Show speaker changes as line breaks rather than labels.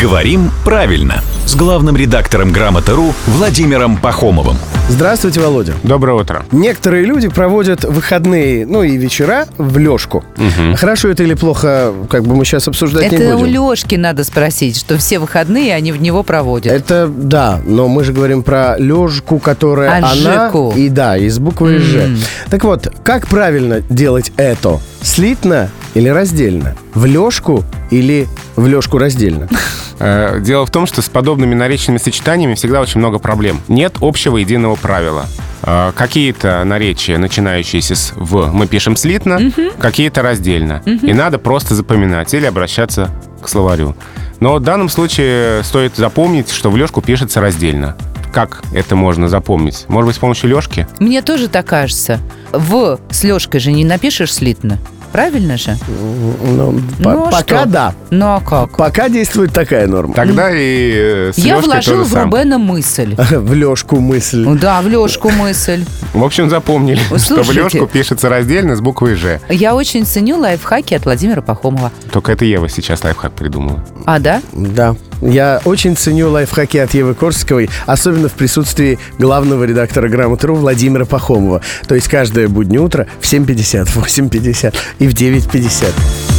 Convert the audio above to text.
«Говорим правильно» с главным редактором «Грамоты.ру» Владимиром Пахомовым.
Здравствуйте, Володя.
Доброе утро.
Некоторые люди проводят выходные, ну и вечера в лёжку. Хорошо это или плохо, как бы мы сейчас обсуждать не
Это у
будем.
Лешки надо спросить, что все выходные они в него проводят.
Это да, но мы же говорим про лежку, которая
А,
она
Жеку.
и да, из буквы Ж. Так вот, как правильно делать это? Слитно или раздельно? В лежку или в лежку раздельно?
Э, Дело в том, что с подобными наречными сочетаниями всегда очень много проблем. Нет общего единого правила. Э, Какие-то наречия, начинающиеся с «в», мы пишем слитно, какие-то раздельно. И надо просто запоминать или обращаться к словарю. Но в данном случае стоит запомнить, что в лёжку пишется раздельно. Как это можно запомнить? Может быть, с помощью лёжки?
Мне тоже так кажется. В с Лешкой же не напишешь слитно. Правильно же?
Ну, по-
Ну, а
пока
что?
да.
Ну а как?
Пока действует такая норма.
Тогда и э, с
Я
лёжкой
вложил
тоже
в
сам.
Рубена мысль.
В лежку мысль.
Да, в Лешку мысль.
В общем, запомнили,
Вы
что в
слушайте.
лёжку пишется раздельно с буквой «ж».
Я очень ценю лайфхаки от Владимира Пахомова.
Только это Ева сейчас лайфхак придумала.
А, да?
Да. Я очень ценю лайфхаки от Евы Корсиковой, особенно в присутствии главного редактора «Грамотру» Владимира Пахомова. То есть каждое буднее утро в 7.50, в 8.50 и в 9.50.